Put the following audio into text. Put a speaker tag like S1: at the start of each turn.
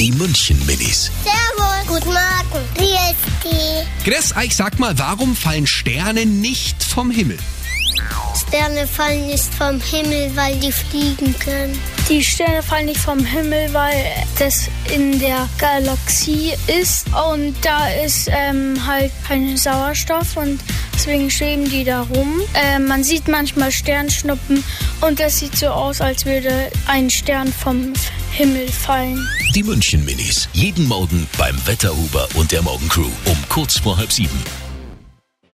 S1: Die München Minis.
S2: Servus. Guten Morgen. Wie ist die?
S1: Chris, ah, ich sag mal, warum fallen Sterne nicht vom Himmel?
S2: Sterne fallen nicht vom Himmel, weil die fliegen können.
S3: Die Sterne fallen nicht vom Himmel, weil das in der Galaxie ist und da ist ähm, halt kein Sauerstoff und deswegen schweben die da rum. Äh, man sieht manchmal Sternschnuppen und das sieht so aus, als würde ein Stern vom Himmel fallen.
S4: Die München Minis. Jeden Morgen beim Wetterhuber und der Morgencrew um kurz vor halb sieben.